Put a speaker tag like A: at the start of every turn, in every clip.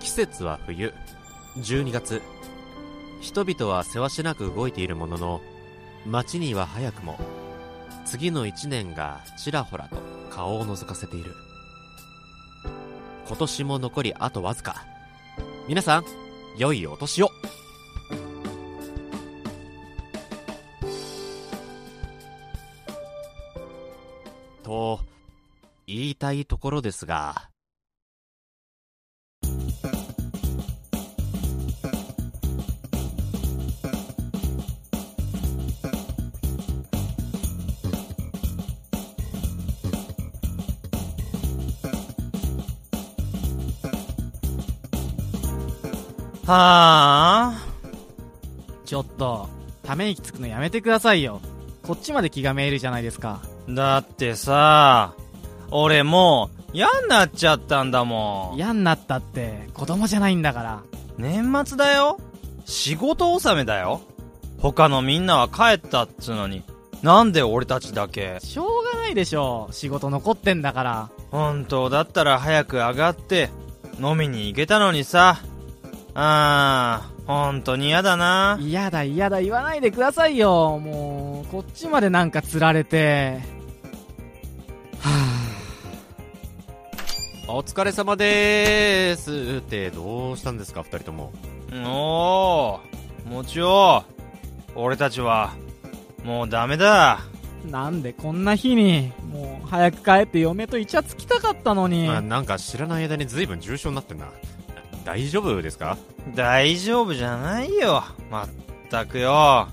A: 節は冬12月人々はせわしなく動いているものの街には早くも次の1年がちらほらと顔を覗かせている今年も残りあとわずか皆さん良いお年をと言いたいところですが
B: はあちょっとため息つくのやめてくださいよこっちまで気がめいるじゃないですか
C: だってさ俺もう嫌になっちゃったんだもん
B: 嫌になったって子供じゃないんだから
C: 年末だよ仕事納めだよ他のみんなは帰ったっつうのになんで俺たちだけ
B: しょうがないでしょ仕事残ってんだから
C: 本当だったら早く上がって飲みに行けたのにさあー本当に嫌だな
B: 嫌だ嫌だ言わないでくださいよもうこっちまでなんかつられて
A: お疲れ様でーすってどうしたんですか二人とも
C: おおもちお俺たちはもうダメだ
B: なんでこんな日にもう早く帰って嫁とイチャつきたかったのに
A: あなんか知らない間に随分重症になってんな大丈夫ですか
C: 大丈夫じゃないよまったくよは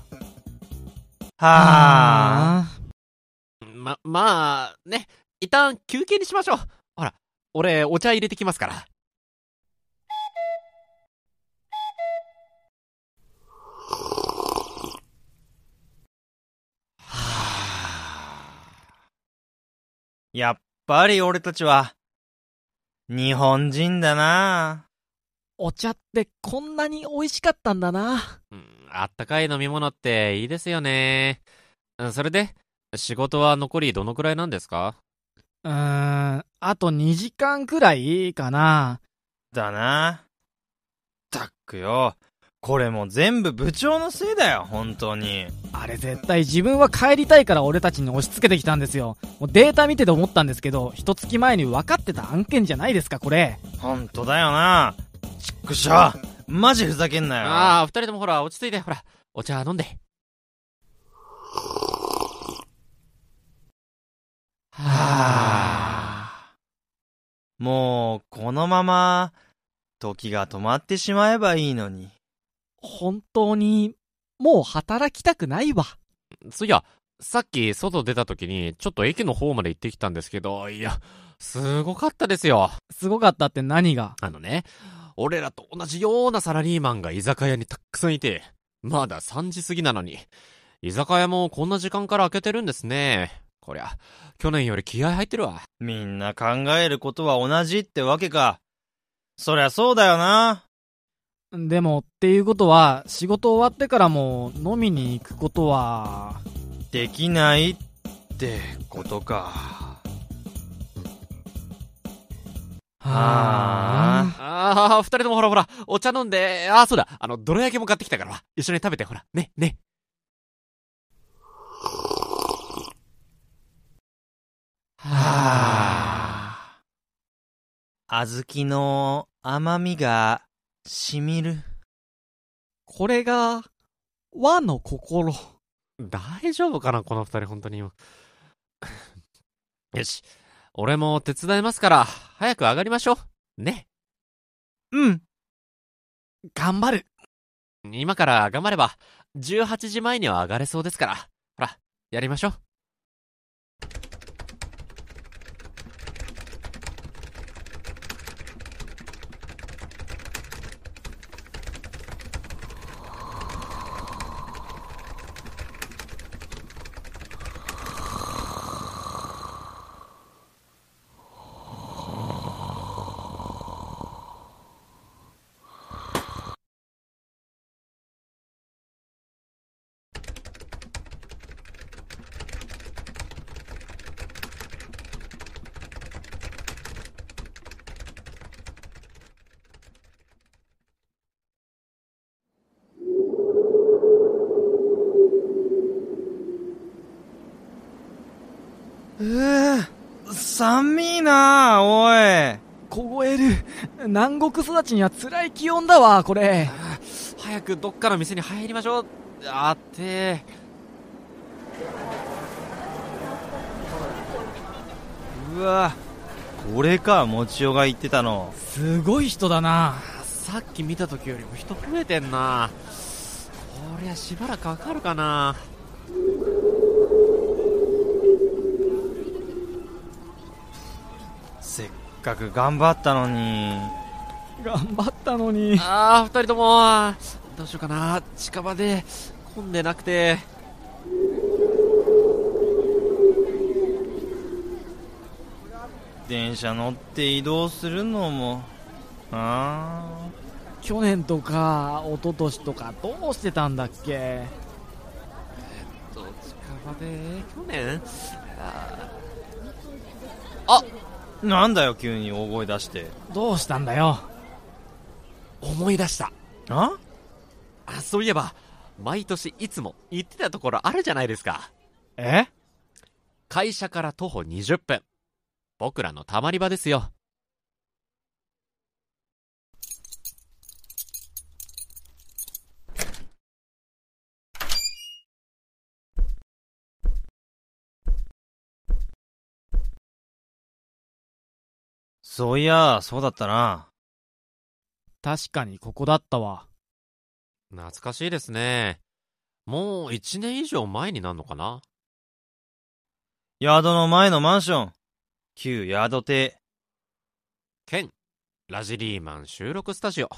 C: あ
A: ま、まあ、ね、一旦休憩にしましょうほら、俺お茶入れてきますから
C: やっぱり俺たちは日本人だな
B: お茶ってこんなに美味しかったんだな
A: うんあったかい飲み物っていいですよねうんそれで仕事は残りどのくらいなんですか
B: うーんあと2時間くらいかな
C: だなったくよこれも全部部長のせいだよ本当に
B: あれ絶対自分は帰りたいから俺たちに押し付けてきたんですよもうデータ見てて思ったんですけど一月前に分かってた案件じゃないですかこれ
C: 本当だよなちっくしょマジふざけんなよ
A: ああ二人ともほら落ち着いてほらお茶飲んで
C: はあもうこのまま時が止まってしまえばいいのに
B: 本当にもう働きたくないわ
A: そういやさっき外出た時にちょっと駅の方まで行ってきたんですけどいやすごかったですよ
B: すごかったって何が
A: あのね俺らと同じようなサラリーマンが居酒屋にたくさんいてまだ3時過ぎなのに居酒屋もこんな時間から開けてるんですねこりゃ去年より気合入ってるわ
C: みんな考えることは同じってわけかそりゃそうだよな
B: でもっていうことは仕事終わってからも飲みに行くことは
C: できないってことかはあ
A: ああ、二人ともほらほら、お茶飲んで、ああ、そうだ、あの、どら焼きも買ってきたからわ一緒に食べて、ほら、ね、ね。
C: はあ小豆の甘みがしみる
B: これが和の心
A: 大丈夫かな、この二人、本当に。よ し、俺も手伝いますから、早く上がりましょう。ね。
B: うん頑張る
A: 今から頑張れば、18時前には上がれそうですから、ほら、やりましょう。
C: 寒いなおい。
B: 凍える南国育ちには辛い気温だわこれ
A: 早くどっかの店に入りましょうあって
C: うわこれかもちおが言ってたの
B: すごい人だな
A: さっき見た時よりも人増えてんなこりゃしばらくかかるかな
C: せっかく頑張ったのに
B: 頑張ったのに
A: ああ二人ともどうしようかな近場で混んでなくて
C: 電車乗って移動するのもあ
B: 去年とか一昨年とかどうしてたんだっけ
A: と近場で去年あーあ
C: ーなんだよ急に大声出して
B: どうしたんだよ
A: 思い出した
C: あ
A: あそういえば毎年いつも行ってたところあるじゃないですか
C: え
A: 会社から徒歩20分僕らのたまり場ですよ
C: そういやそうだったな
B: 確かにここだったわ
A: 懐かしいですねもう1年以上前になるのかな
C: 宿の前のマンション旧宿邸
A: 兼ラジリーマン収録スタジオ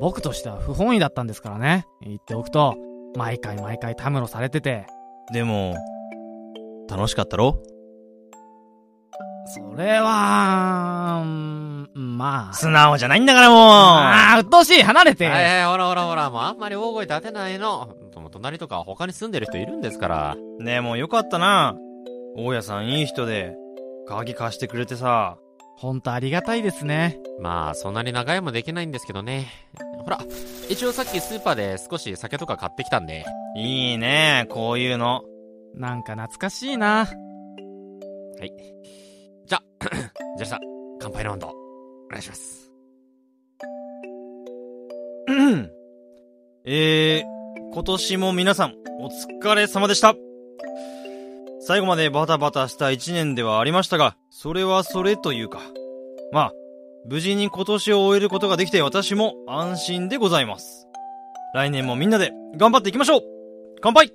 B: 僕としては不本意だったんですからね言っておくと毎回毎回たむろされてて
C: でも楽しかったろ
B: それはうーんまあ
C: 素直じゃないんだから
B: あ
C: も
B: あ鬱陶しい離れて、
A: はいはいほらほらほらもうあんまり大声立てないのもう隣とか他に住んでる人いるんですから
C: うでもよかったな大家さんいい人で鍵貸してくれてさ
B: ほんとありがたいですね
A: まあそんなに長いもできないんですけどねほら一応さっきスーパーで少し酒とか買ってきたんで
C: いいねこういうの
B: なんか懐かしいな
A: じゃあさ乾杯の温度お願いします
C: うんえー、今年も皆さん、お疲れ様でした。最後までバタバタした一年ではありましたが、それはそれというか。まあ、無事に今年を終えることができて私も安心でございます。来年もみんなで頑張っていきましょう乾杯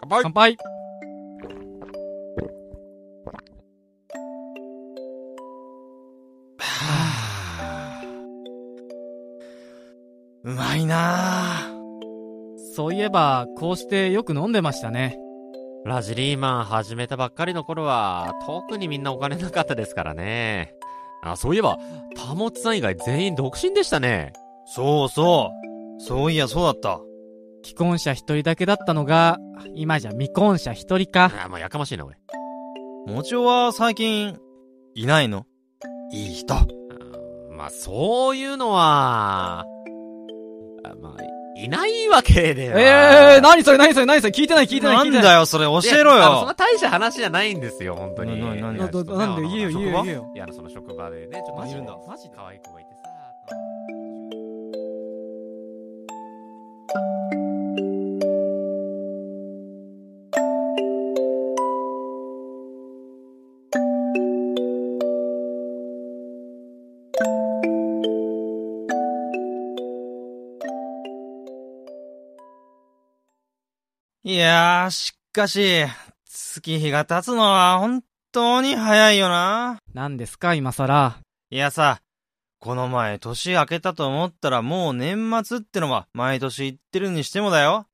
A: 乾杯
B: 乾杯
C: うまいなぁ。
B: そういえばこうしてよく飲んでましたね
A: ラジリーマン始めたばっかりの頃は特にみんなお金なかったですからねあそういえばタモツさん以外全員独身でしたね
C: そうそう。そういや、そうだった。
B: 既婚者一人だけだったのが今じゃ未婚者一人か
A: あもうやかましいな俺
C: もちおは最近、いないのいい人。
A: うんまあそういうのはあまあいないわけでは
B: ええー、何それ何それ何それ聞いてない聞いてない
C: な
B: 聞い
C: ん
B: てない
C: だよ、それ教
A: いや
C: えろ
A: あのそんな
C: よ。
A: 大した話じゃないんですよ、本当に。
C: ななな
B: な
A: ちょっとね
B: なんで
A: あの
B: 言えよ
A: 職
B: 言え
A: 場
B: よ言えよ
A: いや、あのその職場でね、ちょっと
C: マジで
A: マジで可愛い子がいてさ。
C: いやー、しかし、月日が経つのは本当に早いよな。
B: 何ですか今さら
C: いやさ、この前年明けたと思ったらもう年末ってのは毎年言ってるにしてもだよ。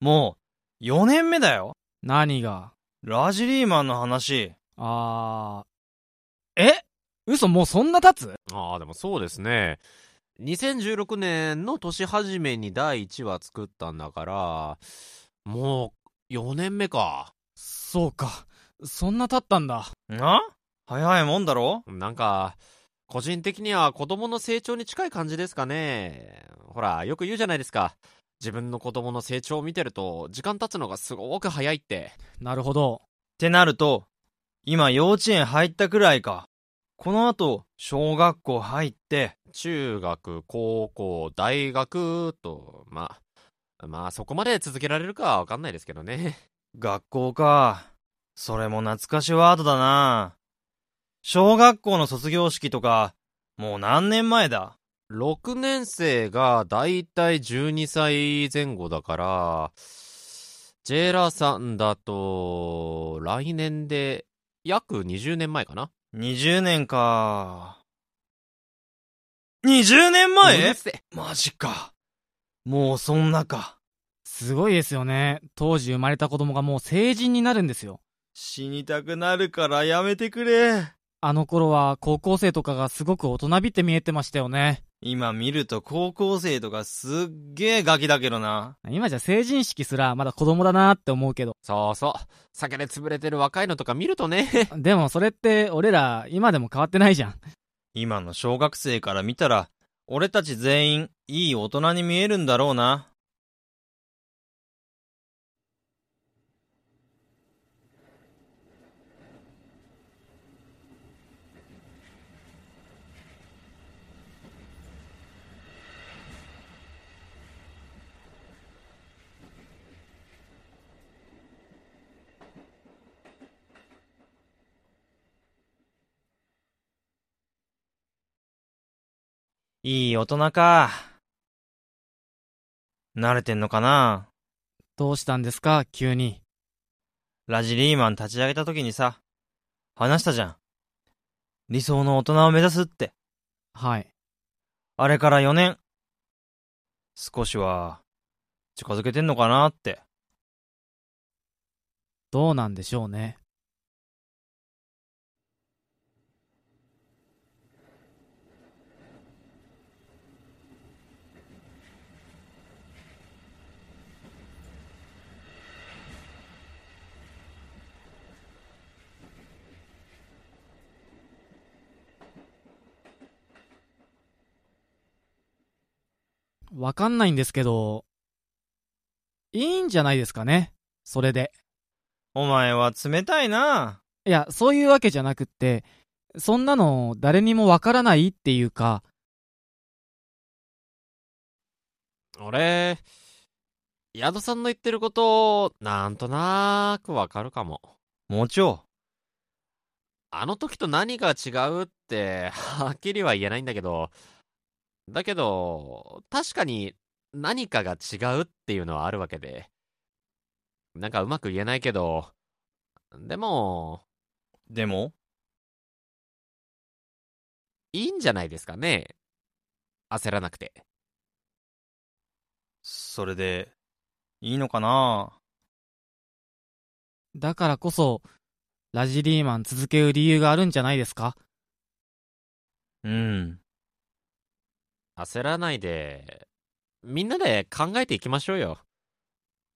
C: もう、4年目だよ。
B: 何が
C: ラジリーマンの話。
B: あえ嘘もうそんな経つ
A: ああ、でもそうですね。2016年の年始めに第1話作ったんだから、もう4年目か。
B: そうか。そんな経ったんだ。
C: な早いもんだろ
A: なんか、個人的には子供の成長に近い感じですかね。ほら、よく言うじゃないですか。自分の子供の成長を見てると、時間経つのがすごく早いって。
B: なるほど。
C: ってなると、今幼稚園入ったくらいか。この後、小学校入って、
A: 中学、高校、大学と、まあ、まあそこまで続けられるかはわかんないですけどね。
C: 学校か。それも懐かしワードだな。小学校の卒業式とか、もう何年前だ
A: 6年生がだいたい12歳前後だから、ジェラさんだと、来年で約20年前かな
C: ?20 年か。20年
A: うる
C: 前
A: せえ
C: マジか。もうそんなか。
B: すごいですよね。当時生まれた子供がもう成人になるんですよ。
C: 死にたくなるからやめてくれ。
B: あの頃は高校生とかがすごく大人びて見えてましたよね。
C: 今見ると高校生とかすっげえガキだけどな。
B: 今じゃ成人式すらまだ子供だなって思うけど。
A: そうそう。酒で潰れてる若いのとか見るとね。
B: でもそれって俺ら今でも変わってないじゃん。
C: 今の小学生から見たら、俺たち全員いい大人に見えるんだろうな。いい大人か。慣れてんのかな
B: どうしたんですか急に。
C: ラジリーマン立ち上げた時にさ、話したじゃん。理想の大人を目指すって。
B: はい。
C: あれから4年。少しは、近づけてんのかなって。
B: どうなんでしょうね。わかんないんですけど、いいんじゃないですかね。それで。
C: お前は冷たいな。
B: いや、そういうわけじゃなくって、そんなの誰にもわからないっていうか、
A: 俺、ヤドさんの言ってること、なんとなーくわかるかも。
C: もちろ
A: あの時と何が違うって、 はっきりは言えないんだけど、だけど、確かに何かが違うっていうのはあるわけで。なんかうまく言えないけど、でも、
C: ん。でも、
A: いいんじゃないですかね。焦らなくて。
C: それで、いいのかな
B: だからこそ、ラジリーマン続ける理由があるんじゃないですか
C: うん。
A: 焦らないで、みんなで考えていきましょうよ。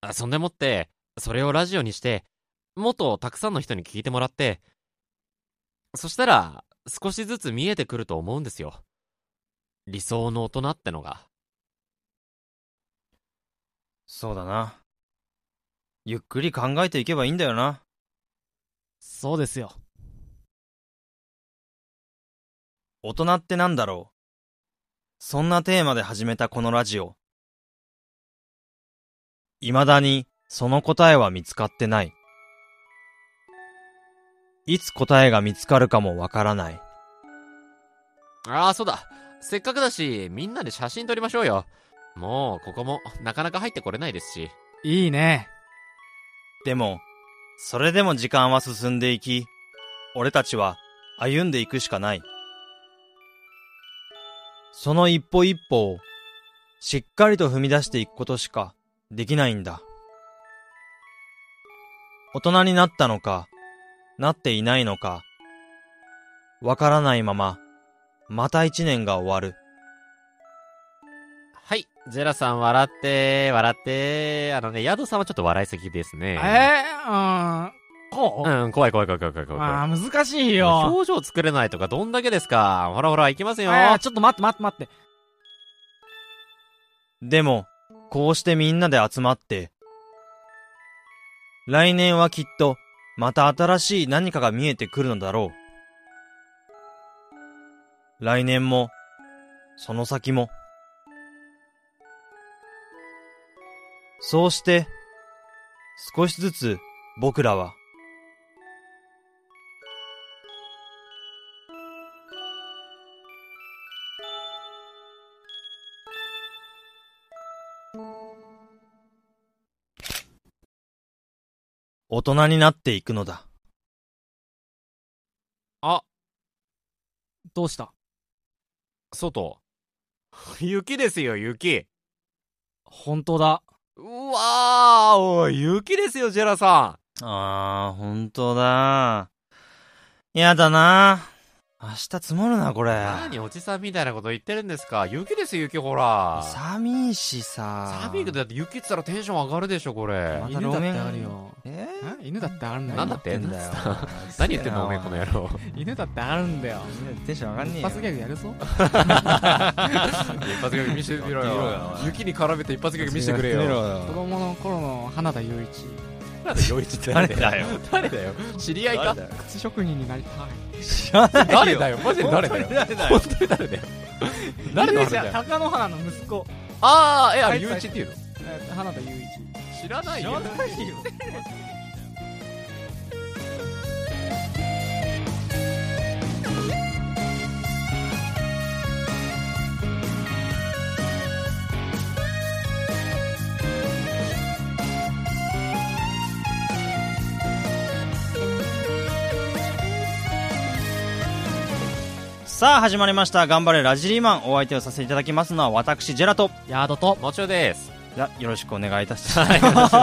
A: あそんでもって、それをラジオにして、もっとたくさんの人に聞いてもらって、そしたら、少しずつ見えてくると思うんですよ。理想の大人ってのが。
C: そうだな。ゆっくり考えていけばいいんだよな。
B: そうですよ。
C: 大人ってなんだろう。そんなテーマで始めたこのラジオ。未だにその答えは見つかってない。いつ答えが見つかるかもわからない。
A: ああ、そうだ。せっかくだし、みんなで写真撮りましょうよ。もう、ここも、なかなか入ってこれないですし。
B: いいね。
C: でも、それでも時間は進んでいき、俺たちは歩んでいくしかない。その一歩一歩を、しっかりと踏み出していくことしかできないんだ。大人になったのか、なっていないのか、わからないまま、また一年が終わる。
A: はい。ジェラさん笑って、笑って、あのね、ヤドさんはちょっと笑いすぎです
B: え
A: ね。
B: ー、うん。こう、
A: うん、怖い怖い怖い怖い怖い怖い
B: ああ、難しい
A: もう
B: よ。
A: 表情作れないとかどんだけですか。ほらほら、行きますよ。
B: あーちょっと待って待って待って。
C: でも、こうしてみんなで集まって、来年はきっと、また新しい何かが見えてくるのだろう。来年も、その先も。そうして、少しずつ僕らは、大人になっていくのだ。
B: どうした
A: 外。 雪ですよ、雪。
B: 本当だ。
A: うわー、おい、雪ですよ、ジェラさ
C: あー、本当だ。やだな。明日積もるな、これ。
A: ん。何、おじさんみたいなこと言ってるんですか。雪ですよ、雪、ほら。
C: 寂しさ。
A: 寒いけど、だって雪って言ったらテンション上がるでしょ、これ
C: ま。た
B: 犬だっ
C: 路
B: て
C: 面
B: あるよ。
C: え
B: え犬だってあるんだよ。
A: なんだって
C: んだよ。
A: 何言ってんの、おめえこの野郎。
B: 犬だってあるんだよ。
C: テンション上がんねえ
B: 一
C: よ
B: 発ギャグやるぞ。
A: 一発ギャグ見せてみろ
C: 見てみろよ
A: よ。雪に絡めて一発ギャグ見せてくれ
C: 見
A: よ。
B: 子供の頃の花田雄一。
A: なんだ、陽一って
C: 誰だよ。
A: 誰だよ。知り合いか
C: 誰だよ
B: 靴職人になりたい。
C: 知らないよ
A: 誰だよ、マジで誰だよ。
C: 誰だ
A: 本
C: よ
A: 当に誰だよ。誰の話だよ。
B: 高野花の息子。
A: あー、え、あれ、陽一っていうの
B: えー花田雄一。
A: 知らないよ。
C: ないよさあ始まりました「頑張れラジリーマン」お相手をさせていただきますのは私ジェラと
B: ヤードと。
A: もちろんです。
C: やよろしくお願いいたします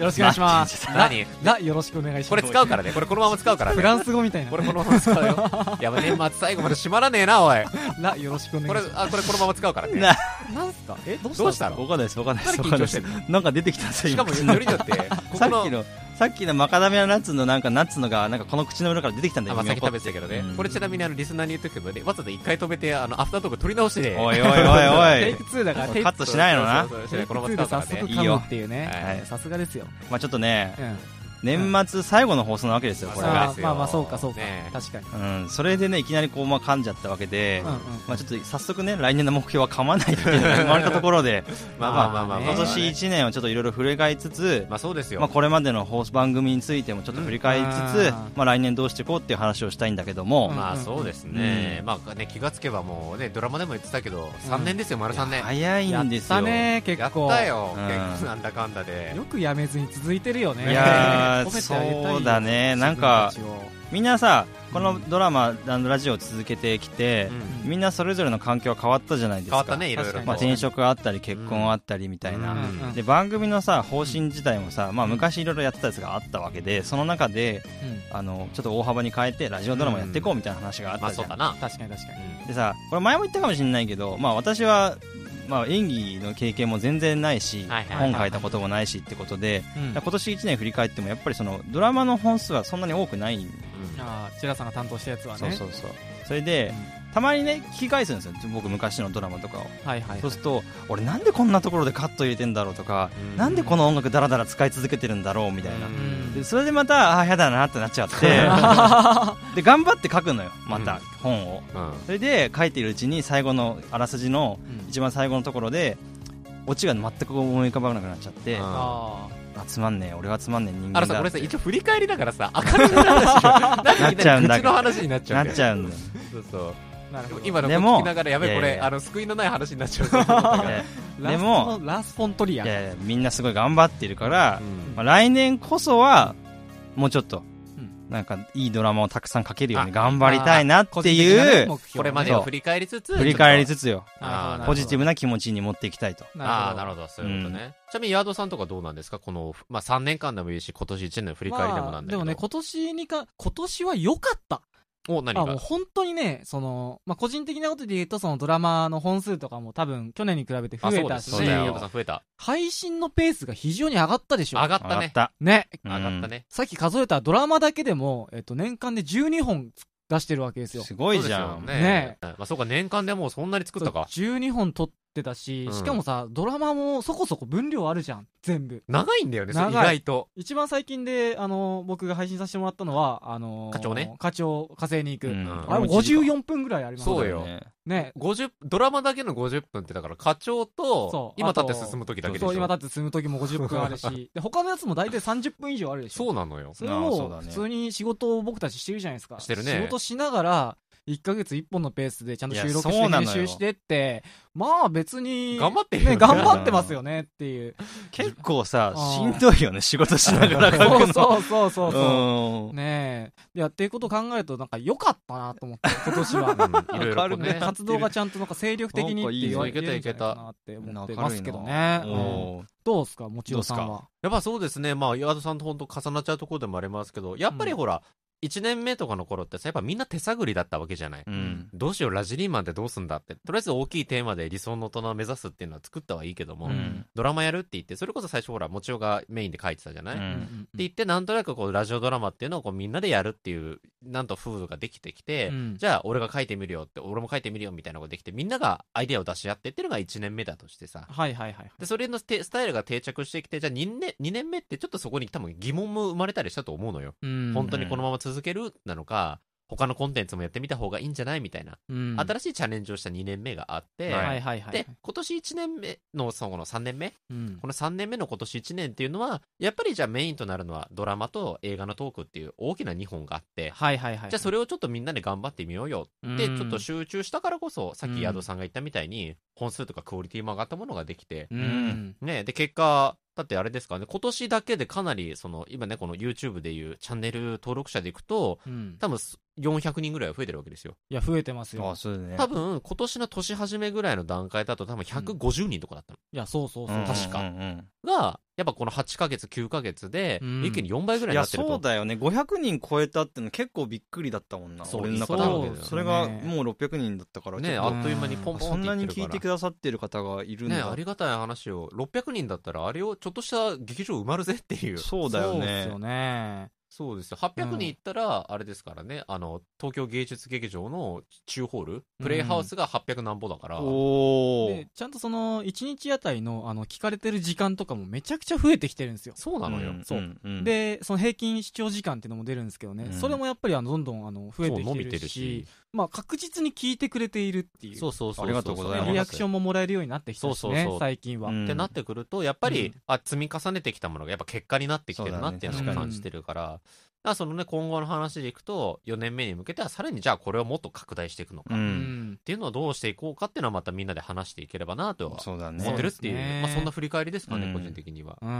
B: よろしくお願いします。
A: 何
B: ラ、よろしくお願いし
A: こ
B: ま
A: れ
B: す。
A: 使うからね。これこのまま使うから
B: フ
A: ね。
B: ランス語みたいな
A: こ。れこのまま使うよ。いや、年末最後まで閉まらねえな、おい。
B: ラ、よろしくお願
A: こ
B: い
A: れ
B: し、
A: あ、これこのまま使うからね。
C: な
B: ます。なんすかえ、どうした
A: どうした
C: わ
A: の
C: かんないですわかんないで
A: 何
C: す
A: 緊
C: わか
A: 張
C: んないで
A: し
C: して
A: んの
C: たなんか出てきたんですよ
A: しかも、
C: 口の
A: よりによって、こ
C: さ
A: こ
C: っ
A: の
C: き、のさっきのマカダミアナッツのなんかナッツのがなんかこの口の裏から出てきたん
A: あ、
C: だよ
A: まあ、
C: 今
A: 先食べてたけどね
C: うん。
A: これちなみにあの、リスナーに言っとくけどね、わざと一回止めて、あの、アフタートーク取り直してね。
C: おいおいおい
B: テ
C: お
B: イ
C: い
B: ク2だから、
C: こ
B: テ
C: れ
B: イ
C: カ
B: ク
C: ットしないのな
A: そうそうそう
B: テイク
A: このま
B: 2
A: ま
B: で
A: 使う
B: 早
A: から
B: 速
A: ね。
C: いい
B: 噛
C: よ
B: むっていうね。
A: はい
B: さすがですよ。
C: まあちょっとね
B: うん。
C: 年末最後の放送なわけですよこれ
A: は
B: あ
A: そう
C: が
B: ーまあまあ、そうかそうか
A: ね。え
B: 確かに。
C: うんそれでねいきなりこうまあ噛んじゃったわけで
B: うんうん
C: まあちょっと早速ね来年の目標は噛まないっていうのが生まれたところで
A: まあまあまあまあ、
C: 今年一年をちょっといろいろ触れ返いつつ
A: まあそうですよ。
C: まあこれまでの放送番組についてもちょっと振り返りつ
B: うん
C: つ
B: あー
C: まあ来年どうしていこうっていう話をしたいんだけども
B: うん
A: まあそうですね、
C: うん
A: まあね気がつけばもうねドラマでも言ってたけど3年ですよ、丸3年、
C: 早いんですよ
B: やったね、結
A: やっ
B: 構。
A: たよ、
C: うん
A: 結構なんだかんだで
B: よくやめずに続いてるよね。
C: いやー
B: 褒めてあげたいよ
C: そうだねなんか
B: 自分たちを
C: みんなさこのドラマ、あのラジオを続けてきて
A: う、ん
C: みんなそれぞれの環境は変わったじゃないで
A: 変
C: すか
A: わったねいろいろ
B: 確
A: と、
B: かに
C: まあ、転職あったり結婚あったりみたい
A: う
C: な、
A: ん
B: うん
C: で番組のさ方針自体もさ、まあ、昔いろいろやってたやつがあったわけでその中で
B: うん
C: あのちょっと大幅に変えてラジオドラマやっていこうみたいな話があっ
A: まあ
C: た
A: そ
C: じゃ、
A: うんだな、
B: 確かに確かに。
C: でさこれ前も言ったかもしれないけど、まあ、私は、まあ、演技の経験も全然ないし、
A: はいはいはい
C: 本書いたこともないしってことで
B: うん
C: 今年1年振り返ってもやっぱりそのドラマの本数はそんなに多くないん
A: うん
B: あーチラさんが担当したやつはね。
C: そうそうそうそれで、たまにね聞き返すんですよ僕昔のドラマとかを、
B: はいはいはい。
C: そうすると俺なんでこんなところでカット入れてんだろうとか、
A: うん
C: なんでこの音楽ダラダラ使い続けてるんだろうみたいな、
A: う
B: うん
C: でそれでまたああやだなってなっちゃって で頑張って書くのよま
A: う
C: た
A: ん
C: 本を
A: うん
C: それで書いているうちに最後のあらすじの
B: うん
C: 一番最後のところでオチが全く思い浮かばなくなっちゃって、
A: うん
C: あ
B: あ
C: つまんねえ俺はつまんねえ人間だ
A: あのさこれさ一応振り返りだからさ明るく なる話
C: なっちゃうんだ
A: うちの話になっちゃ
C: な
A: うんだ
C: っ
A: よ
C: ちゃうんだよ
A: そうそう
B: あ、なる
A: で
B: ほ
A: も
B: ど。
A: 今の
C: で
A: こ
C: も
A: 聞きながらやべえこ
C: いやいや
A: れ
C: いや
A: あの救いのない話になっちゃうと思ったから
B: ラス
C: で
B: ト
C: も
B: のラスポントリア。
C: いやいやみんなすごい頑張ってるから、
A: うん
C: まあ、来年こそはもうちょっと、
B: うん
C: なんかいいドラマをたくさん書けるように
A: あ
C: 頑張りたいなっ
B: 個
C: て
B: 人的なね
C: いう、
B: 目標
A: これまでを振り返りつつ
C: 振り返り
A: つ
C: つつよ
B: なるほどなるほど
C: ポジティブな気持ちに持っていきたいと
A: ああなる
B: ほ
A: ほどそういうことね、ちなみにヤードさんとかどうなんですかこの、まあ、3年間でもいいし今年1年の振り返りでもなんだけど、
B: まあでもね、今年にか、今年は良かった。
A: お、何
B: あもう
A: が
B: 本当にね、その、まあ、個人的なことで言うと、そのドラマの本数とかも多分去年に比べて増
A: あ、
B: え
A: そう
B: た
A: です
B: し、
A: そうだよ。ゆうこさん増えた。
B: 配信のペースが非常に上がったでしょ
A: 上。がった
C: 上がっ
A: ね。
C: た。
B: ね。
C: うん
A: 上がったね。
B: さっき数えたドラマだけでも、えっと、年間で12本出してるわけですよ。
C: すごいじゃ。
A: そうんですよね
B: ね。
A: まあそうか、年間でもうそんなに作ったか。
B: そう12本撮ってたし、
A: うん
B: しかもさ、ドラマもそこそこ分量あるじゃん、全部。
A: 長いんだよね、それ意
B: 長い
A: 外と。
B: 一番最近で、あの、僕が配信させてもらったのは、あの、
A: 課長ね。
B: 課長、火星に行く。
C: うん
B: あれも54分ぐらいあります
A: そうよ
C: だね
B: ね。
A: 50、ドラマだけの50分ってだから、課長と
B: そ、う
A: 今
B: あと
A: 立って進む時だけでし
B: そう、今
A: ょ。
B: だって住む時も50分あ るし、で、他のやつも大体30分以上あるでしょ。
A: そうなのよ。
B: それ
C: ああそう
B: を
C: だね
B: 普通に仕事を僕たちしてるじゃないですか。
A: してるね
B: 仕事しながら、1ヶ月1本のペースでちゃんと収録
C: いや
B: し
C: そ
B: て
C: うな
B: 練
C: のよ
B: 習してって、まあ別に、
A: 頑張ってるよ
B: ね、
A: ね
B: 頑張ってますよねって いう。
C: 結構さ、
B: あ
C: しんどいよね、仕事しながら書
B: そ
C: く
B: う
C: の。
B: そうそうそうそう。
C: うん。
B: ねえ。いや、っていうことを考えると、なんか良かったなと思って、今年
A: う
B: は。
A: んいろいろこう
C: わかる
A: ね
C: ね。
B: 活動がちゃんとなんか精力的にって言われてるんじゃないかなって思ってますけどね。うん
C: おー
B: どうすか、もちろさんは。
A: やっぱそうですね、まあ、岩田さんと本当重なっちゃうところでもありますけど、やっぱりほら、1年目とかの頃ってさ、やっぱみんな手探りだったわけじゃない。
C: うん。
A: どうしよう、ラジリーマンってどうすんだって。とりあえず大きいテーマで理想の大人を目指すっていうのは作ったはいいけども、
C: う
B: うん
C: ん。
A: ドラマやるって言って、それこそ最初ほら、もちろがメインで書いてたじゃない、
C: う
A: って
C: ん
A: 言って、なんとなくこう、ラジオドラマっていうのをこうみんなでやるっていう、なんと風土ができてきて、
B: うん
A: じゃあ、俺が書いてみるよって、俺も書いてみるよみたいなことができて、みんながアイデアを出し合ってっていうのが1年目だとしてさ、
B: はいはいはい。
A: で、それのてスタイルが定着してきて、じゃあ2年、二年目ってちょっとそこに多分疑問も生まれたりしたと思うのよ。
B: うん
A: 本当にこのまま続けるなのか、他のコンテンツもやってみた方がいいんじゃないみたいな、
B: うん
A: 新しいチャレンジをした2年目があって、
C: はい
B: はいはいはい。
A: で、今年1年目の、その3年目
B: うん
A: この3年目の今年1年っていうのは、やっぱりじゃあメインとなるのはドラマと映画のトークっていう大きな2本があって、
B: はいはいはい。
A: じゃあそれをちょっとみんなで頑張ってみようよって、
B: うん
A: ちょっと集中したからこそ、さっき
B: うん
A: ヤドさんが言ったみたいに、本数とかクオリティも上がったものができて、
B: う
C: うん
B: ん。
A: ねで、結果、だってあれですからね、今年だけでかなり、その、今ね、この YouTube でいうチャンネル登録者でいくと、
B: うん。
A: 多分す400人ぐらいは増えてるわけですよ。
B: いや、増えてます
C: あ、
B: よ。
C: そうだね。
A: 多分、今年の年始めぐらいの段階だと多分150人とかだったの。
B: いや、そうそうそうう。
C: ん
A: 確か
C: うんうん
A: が、やっぱこの8ヶ月、9ヶ月で
B: う、ん
A: 一気に4倍ぐらいに
C: い
A: な
C: や、
A: ってると。
C: そうだよね。500人超えたっての結構びっくりだったもんな。
A: そう
C: 俺の中
A: そうだ
C: で
A: よね
C: は。それがもう600人だったから。
A: ね
C: ちょっ
A: あ
C: と
A: っという間にポンポン
C: そんなに
A: って
C: 聞
A: い
C: い
A: って
C: て
A: るか
C: くださってる方がいるん
A: ら。ね
C: だ
A: ありがたい話を。600人だったら、あれをちょっとした劇場埋まるぜっていう。
C: そうだ
B: そ
C: よ
B: うっ
C: ね
B: すよね。
A: そうですよ。800人いったら、あれですからね、あの、東京芸術劇場の中ホール、プレイハウスが800何ぼだから。
C: おお
B: で、ちゃんとその、1日あたりの、あの、聞かれてる時間とかもめちゃくちゃ増えてきてるんですよ。
A: そうなのよ。
C: ん
A: そう。
C: んん
B: で、その平均視聴時間っていうのも出るんですけどね、
C: うん
B: それもやっぱりあのどんどんあの増え
A: そう
B: て
A: 伸
B: き
A: び
B: て
A: て
B: る
A: る
B: し
A: し、
B: まあ確実に聞いてくれているっていう、
A: そうそうそうそう
C: ありがとうございます
B: リアクションももらえるようになってきたし
A: そうそう
B: ね
A: そう、
B: 最近は
C: う。ん
A: ってなってくると、やっぱり、
B: うん
A: あ積み重ねてきたものがやっぱ結果になってきてるなっていう
B: そう
A: の
B: だ
A: を
B: ね
A: 感じてるから、だからそのね、今後の話でいくと、4年目に向けてはさらにじゃあこれをもっと拡大していくのか、
C: う
A: っ
C: ん。
A: ていうのをどうしていこうかっていうのはまたみんなで話していければなとは
C: そうだ
A: 思って
C: ね
A: る。っていう、
B: そうですね
A: まあ、そんな振り返りですかね、
C: うん
A: 個人的には。
B: うん。う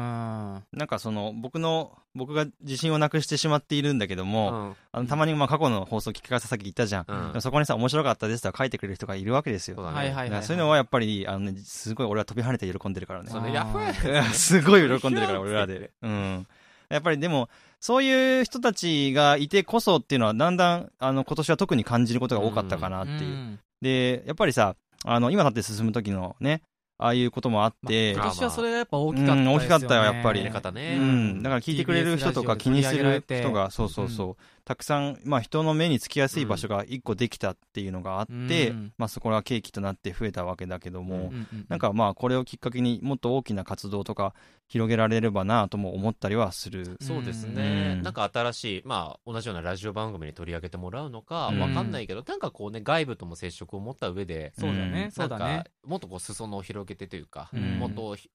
B: ん。
C: なんかその、僕の、僕が自信をなくしてしまっているんだけど
A: う
C: も、
A: ん。
C: あのたまにまあ過去の放送聞き返ささっき言ったじゃん。
A: う
C: でも
A: ん。
C: そこにさ、面白かったですとか書いてくれる人がいるわけですよ。
A: そう
C: だ
A: だね。
B: はいはい
C: か
B: は
C: ら
B: い。
C: そういうのはやっぱり、あのね、すごい俺は飛び跳ねて喜んでるからね
A: そ。うね
B: あー
A: ヤフー
C: いや すごい喜んでるから、俺らで。うん。やっぱりでも、そういう人たちがいてこそっていうのは、だんだん、あの、今年は特に感じることが多かったかなっていう。
B: ん
C: で、やっぱりさ、あの、今だって進む時のね、ああいうこともあって、
B: 今年はそれがやっぱ大きかった
C: う
B: です
C: ん
B: よね。
C: 大きかったよ、やっぱり。
A: 入れ方ね
C: うん。だから聞いてくれる人とか
B: TBS
C: 気にす
B: ラジオで
C: る
B: 取り上げられて
C: 人が、そうそうそう、たくさん、まあ人の目につきやすい場所が一個できたっていうのがあって、
B: うん
C: まあそこは契機となって増えたわけだけども、
A: う
B: うんうん
C: なん、かまあこれをきっかけにもっと大きな活動とか広げられればなとも思ったりはする。
A: そうですね、
C: うん
A: なんか新しい、まあ、同じようなラジオ番組に取り上げてもらうのか、
C: うん
A: わかんないけど、なんかこうね、外部とも接触を持った上で、
B: そうだね
C: うん、
B: そうだ
A: なん
B: ね
A: か。もっとこう裾野を広げてというか、
C: うん
A: もっとひ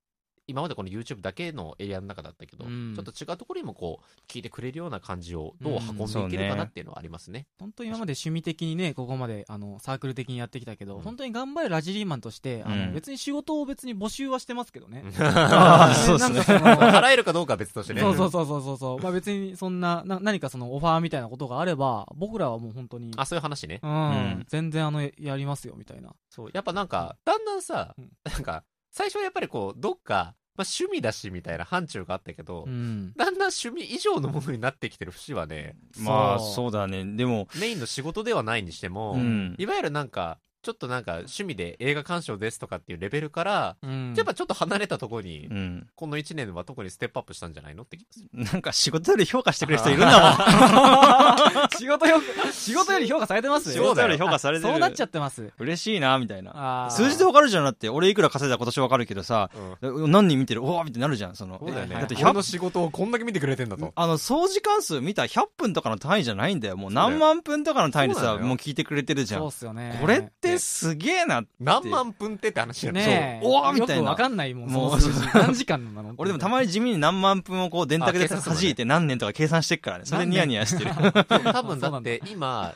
A: 今までこの YouTube だけのエリアの中だったけど、
B: うん
A: ちょっと違うところにもこう聞いてくれるような感じをどう運んでいけるかなっていうのはありますね。
B: 本当に今まで趣味的にね、ここまであのサークル的にやってきたけど、
A: うん
B: 本当に頑張るラジリーマンとして、あ
C: うん
B: の別に仕事を別に募集はしてますけ どね。
C: あー そ
B: なん
C: うですね
B: かそ の
A: 払えるかどうかは別としてね。
B: そうそうそうそうそうそう。まあ別にそんなな、何かそのオファーみたいなことがあれば、僕らはもう本当に、
A: あそういう話ね
B: う。ん、
C: うん
B: 全然あの、やりますよみたいな。
A: そうやっぱなんかだんだんさ、
B: うん
A: なんか最初はやっぱりこうどっかまあ、趣味だしみたいな範疇があったけど、
B: うん。
A: だんだん趣味以上のものになってきてる節はね、
C: まあ、
B: そう
C: そうだね。でも、
A: メインの仕事ではないにしても、
C: うん
A: いわゆるなんか、ちょっとなんか趣味で映画鑑賞ですとかっていうレベルから、
B: うん
A: やっぱちょっと離れたところに、
C: うん。
A: この1年は特にステップアップしたんじゃないのって気がする。
C: なんか仕事より評価してくれる人いるん だ
B: 仕事よ、仕事より評価されてま
C: もん。
B: す
C: 仕
A: そう
C: 事より評価されてる。
B: そうなっちゃってます。
C: 嬉しいな、みたいな。
B: あー
C: 数字でわかるじゃんだって、俺いくら稼いだ今年わかるけどさ、
A: うん
C: 何人見てるおーみたいになるじゃん、その。
A: そうだよね。
C: えだって
A: 俺の
C: 100、
A: 仕事をこんだけ見てくれてんだと。
C: あの、掃除関数見たら100分とかの単位じゃないんだよ。もう
A: そうだよ
C: 何万分とかの単位で
A: そうな
C: さ、
A: のよ
C: もう聞いてくれてるじゃ
B: そうんっ。すよね。
C: これってすげえな。
A: 何万分ってって話だね。
B: ねえ。
C: そうおーみたいな
B: よくわかんないもん、
C: も
B: も
C: う
B: う。 何時間なの
C: 俺でもた
B: に。
C: まに地味に何万分をこう電
A: あ
C: 卓で
A: 計算する
C: 弾
A: のね
C: いて何年とか計算してっからね。それニヤニヤしてる。
A: そう多分だ
B: そうな
A: っ
B: んだ
A: て今、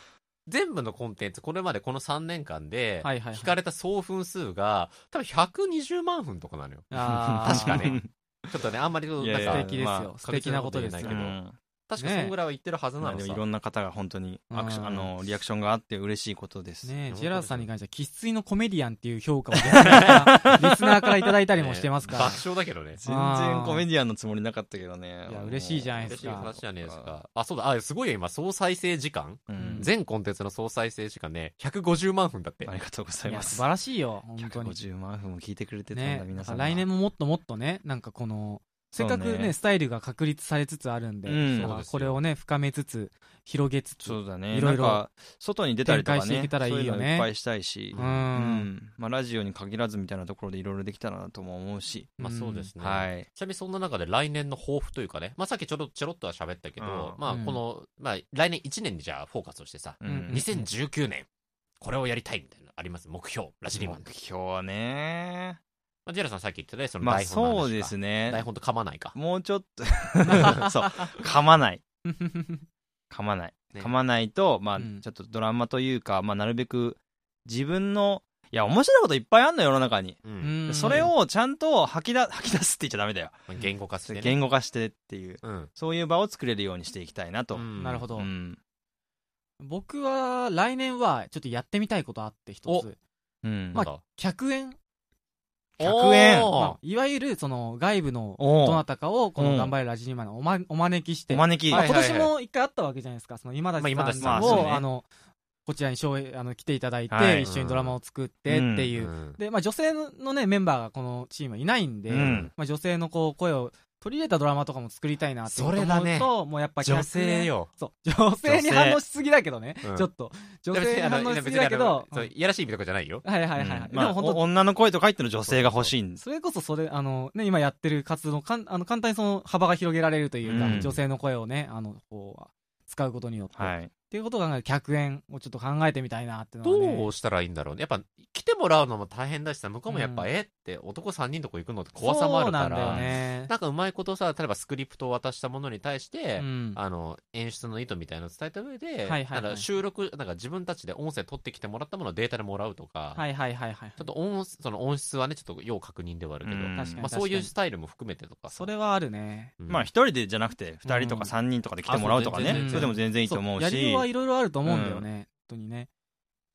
A: 全部のコンテンツ、これまでこの3年間で、
B: はいはいはい
A: 引かれた総分数が、多分120万分とかなのよ。
B: あ ー
A: 確かね。ちょっとね、あんまり、なん
C: いやいや
B: 素
A: か
B: 敵です
C: ま
B: よ。素敵なことです
A: だ
C: う
A: け
B: よ
A: ど。
C: ん
A: 確かそんぐらいは言ってるはず
C: ま
A: な
C: あ
A: の
C: で
A: さ
C: もい。ろんな方が本当にアクション、あ
B: うん
C: の、リアクションがあって嬉しいことです。
B: ね
A: そういうことで
B: え、
A: す
B: ジェラードさんに関しては、生粋のコメディアンっていう評価を リスナーリスナーからいただいたりもしてますから
A: 爆。笑だけどね。
C: 全
B: あ
C: 然
B: ー
C: コメディアンのつもりなかったけどね。
B: いや嬉しいじゃないで
A: 嬉
B: す
A: しい
B: か
A: 話じゃねえですか。あ、そうだ。あ、すごいよ、今、総再生時間
C: うん
A: 全コンテンツの総再生時間ね、150万分だって
C: あ。りがとうござ
B: い
C: いま
B: や、
C: す
B: 素。晴らしいよ、本当に。
C: 150万分も聞いてくれてたん
B: ね
C: だ、皆
B: だか
C: さん
B: ら
C: が。
B: 来年ももっともっとね、なんかこの、せっか
C: そう
B: く
C: ね
B: ね、スタイルが確立されつつあるんで、
C: うん
B: だか
A: そ
B: ら
A: うですよ
B: これをね、深めつつ、広げつつ、
C: そうだね。
B: いろいろ
C: なんか、外に出たりと
B: 展
C: かね。
B: 開していけたらいいよね
C: そううのいっぱいしたいし。
B: うん
C: うんまあ、ラジオに限らずみたいなところでいろいろできたらなとも思うし。
A: まあそうですね。
C: はい。
A: ちなみにそんな中で来年の抱負というかね、まあさっきちょろちょろっとは喋ったけど、
C: うん
A: まあ
B: うん
A: この、まあ来年1年にじゃあフォーカスをしてさ、
C: う
B: うん
C: ん
A: 2019年、これをやりたいみたいなのあります目標、ラジリーマン。
C: 目標はね。
A: まあ、ジェラさんさっき言ってたね、その
C: まあ
A: 台本の話か、
C: そうです
A: 台
C: ね。
A: 本と噛まないか。
C: もうちょっと。 そう。噛まない。噛まない。
A: ね
C: 噛まないと、まあ、
B: うん
C: ちょっとドラマというか、まあ、なるべく自分の、いや、面白いこといっぱいあんの、世の中に。
A: う。
B: うんん
C: それ、をちゃんと吐きだ吐き出すって言っちゃダメだよ。
A: まあ言語化してね。
C: 言語化してっていう、
A: うん。
C: そういう場を作れるようにしていきたいな
A: う
C: と。
A: ん
B: なるほど。
C: うん。
B: 僕は、来年は、ちょっとやってみたいことあって一
A: お
B: つ。
C: うん。
A: ま
B: まあ
A: だ
B: 100円
C: 100円
A: おー
B: まあいわゆる、その、外部の、
C: おう
B: どなたかを、こ
C: うん
B: の、頑張れラジニーマンのお,、ま、お招きして、
C: お招き。
B: まあ、
A: はい
B: 今年も一回あったわけじゃないですか、その今
A: まあ今
B: 田
A: 立さ
B: さん
A: ん
B: を、
A: そうね
B: あのこちらにショーへあの来ていただいて、
C: はい
B: 一緒にドラマを作ってっていう、
A: うん
B: でまあ、女性の、ね、メンバーがこのチームはいないんで、
C: うん
B: まあ、女性のこう声を取り入れたドラマとかも作りたいなって思うと、
A: それだね
B: もうやっぱ
A: 女性よ。
B: そう女性に
C: 女性
B: 反応しすぎだけどね、
A: うん
B: ちょっと、女性に反応しすぎだけど、
A: そういやらしい意味とかじゃないよ。
B: はいはいは
C: う
B: い
C: ん
B: はい、
C: まあ
B: でも本
C: お
B: 当、
C: 女の声と書いてる女性が欲しいんです。
B: それこそそれあの、ね、今やってる活動かんあの、簡単にその幅が広げられるというか、
C: うん
B: 女性の声をね、あのこう使うことによって。
C: はい。
B: っていうことを考えると100円をちょっと考えてみたいなっていうのは、ね、
A: どうしたらいいんだろうね。やっぱ、来てもらうのも大変だしさ、向こうもやっぱ、
B: うん
A: えって、男3人とこ行くのって怖さもあるから。
B: そうなんだよね
A: なんかうまいことさ、例えばスクリプトを渡したものに対して、
B: うん
A: あの、演出の意図みたいなのを伝えた上で、
B: はいはいはい
A: なんか収録、なんか自分たちで音声取ってきてもらったものをデータでもらうとか、
B: はいはいはいはい
A: ちょっと音、その音質はね、ちょっと要確認ではあるけど、
C: うん
B: 確かに
A: まあそういうスタイルも含めてとかさ
B: それはあるね
A: うん
C: まあ、一人でじゃなくて、二人とか三人とかで来てもらうとか
B: うんあそう
C: ね。
B: 全然
C: それでも全然いいと思う
B: そやり
C: し
B: ようは。いろいろあると思うんだよね、本当にね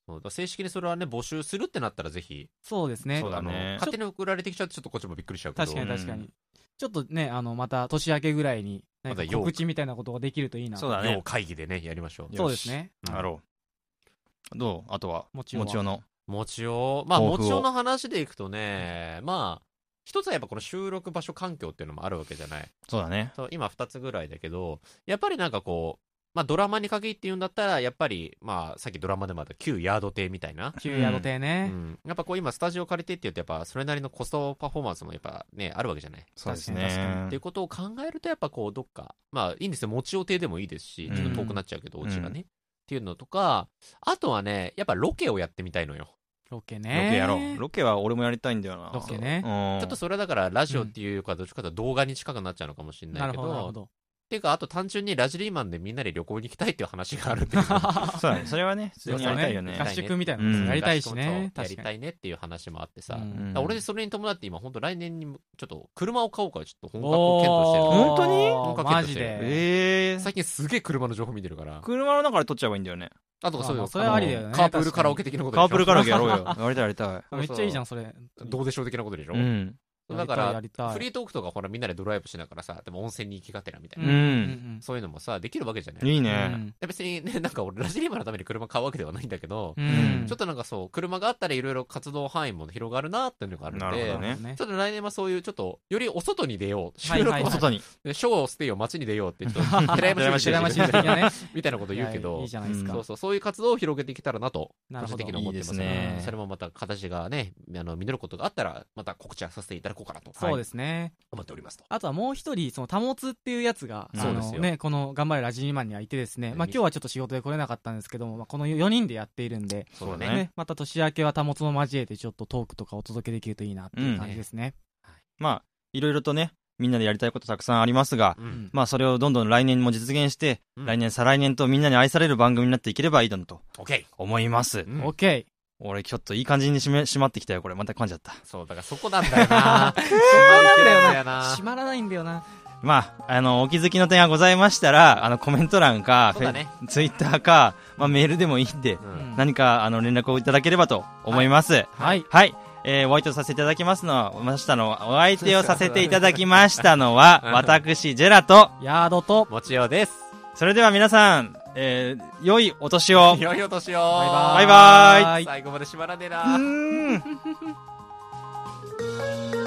A: そうだから正式にそれはね、募集するってなったらぜひ、
B: そうですね
C: そうだ
A: あの
C: ね
A: 勝手に送られてきちゃうとちょっとこっちもびっくりしちゃうけど。
B: 確かに
C: うん
B: 確かに、ちょっとねあのまた年明けぐらいに何
A: ま
B: か
A: たよう
B: 告知みたいなことができるといいな
C: そうだね
A: 要。会議でね、やりましょう。
B: そうですね
C: やろう。どうあとは、も
B: も
C: ち
B: ちろん
C: ろの。
A: もちお、まあ、
C: 抱
A: も
C: 負を
A: ちおの話でいくとね、まあ、一つはやっぱこの収録場所環境っていうのもあるわけじゃない。
C: そうだね。
A: そう今二つぐらいだけど、やっぱりなんかこう、まあドラマに限って言うんだったら、やっぱり、まあさっきドラマでもあった旧ヤード亭みたいな。
B: 旧ヤード亭
A: う
B: ね、
A: ん、やっぱこう今スタジオ借りてって言うとやっぱそれなりのコストパフォーマンスもやっぱねあるわけじゃない、
C: そうです
B: 確か
C: ね
A: っていう。ことを考えるとやっぱこうどっかまあいいんですよ持ちお亭でもいいですしちょっと遠くなっちゃうけど
C: うん
A: お家がね、っていうのとかあとはねやっぱロケをやってみたいのよ
B: ロケ
C: ロ
B: ね
C: ケやろう。ロケは俺もやりたいんだよな。
B: ロケね
C: うん。
A: ちょっとそれはだからラジオっていうかどっちかというと動画に近くなっちゃうのかもしれな
B: ないる
A: けど
B: ほどなるほど
A: っていうかあと単純にラジリーマンでみんなで旅行に行きたいっていう話があ るんだけど
C: そうだね。それはね、普通にやりたい
A: そ
C: よ
A: う
C: ね
A: だ。
B: 合宿みたいなのもやりたいしね、
A: そうや
B: 確
A: り
B: か
A: た
B: に
A: いねっていう話もあってさ、
B: う
A: だか
B: ん
C: うん
A: ら俺それに伴って今本当来年にちょっと車を買おうからちょっと本格を検討してる
B: お
A: の
B: ー
C: 本当に
A: 本格
B: マ
A: 検討
B: ジ
A: してる
B: で
C: ええ。
A: 最近すげえ車の情報見てるから
C: 車の中で撮っちゃえばいいんだよね。
A: あとそう
B: ま
A: よ
B: あそれはありだよね
A: あのカープールカラオケ的なことでし
C: カ
A: ょ
C: ープルカラオケやろうよ。やりたいやりたい。
A: そう
B: めっちゃいいじゃんそれ
A: どうでしょう的なことでしょ、
C: うん。
A: だから
B: やりたいや
A: フ
B: り
A: リートークとかほらみんなでドライブしながらさ、でも温泉に行きがてらみた
B: た
A: い
B: い
A: な、
C: うん
A: そういうのもさ、できるわけじゃない。
C: いいうね。
B: ん
A: で別にね、なん か俺ラジリーマのために車買うわけではないんだけど、
B: うん
A: ちょっとなんかそう、車があったらいろいろ活動範囲も広がるなっていうのがあるんで、
C: なるほどね
A: ちょっと来年はそういうちょっと、よりお外に出よう。収録
B: はい
A: を
B: はい
A: 外
C: 外に。
A: でショーを捨てよう、街に出ようって、ちょっ と、寺山修司
B: 羨ましい
A: み
B: 的
A: たいな
B: なね
A: みたいなこと言うけ
B: いやい
A: ど
B: い、じゃないです
C: うん
B: か、
A: そうそう、そういう活動を広げていけたらなと、
B: な
A: 個
B: るほ
A: 人
B: ど
A: 的に思ってますの
C: いいです
A: で
C: ね、
A: それもまた形がね、あの、実ることがあったら、また告知はさせていただこうかなと、
B: そう
A: はい
B: ですね、
A: 思っておりますと。
B: あとはもう一人、その、たもつっていうやつが、
C: うん
B: あの
A: そうですよ
B: ね、この、頑張れラジニマンにはいてですね、まあ今日はちょっと仕事で来れなかったんですけども、まあこの4人でやっているんで、
A: そうだ
C: そうだ
A: ね。
B: ね、また年明けはたもつも交えてちょっとトークとかお届けできるといいなっていう感じですね。
C: まあ、いろいろとね、みんなでやりたいことたくさんありますが、
A: うん
C: まあ、それをどんどん来年も実現して、
A: うん
C: 来年、再来年とみんなに愛される番組になっていければいいだなと
A: OK。
C: 思います。
A: うん
B: オッケ
C: 俺、ちょっといい感じに締め、締まってきたよ、これ。また噛んじゃった。
A: そう、だからそこなん だよな。そこなんだよ
B: ー
A: な
B: 閉。まらないんだよな。
C: まあ、あの、お気づきの点がございましたら、あの、コメント欄か、
A: そうだね
C: ツイッターか、まあ、メールでもいいんで、
A: うん
B: うん
C: 何か、あの、連絡をいただければと思います。はい。
B: はい。
C: えー、お相手をさせていただきますのは、ましたの、お相手をさせていただきましたのは、私、ジェラと、
B: ヤードと、
A: もちよです。
C: それでは皆さん、えー、良いお年を
A: い。よいよ年を。
C: バイバーイ
B: イ
A: 最後まで閉まらねえな。
C: うーん。
D: 「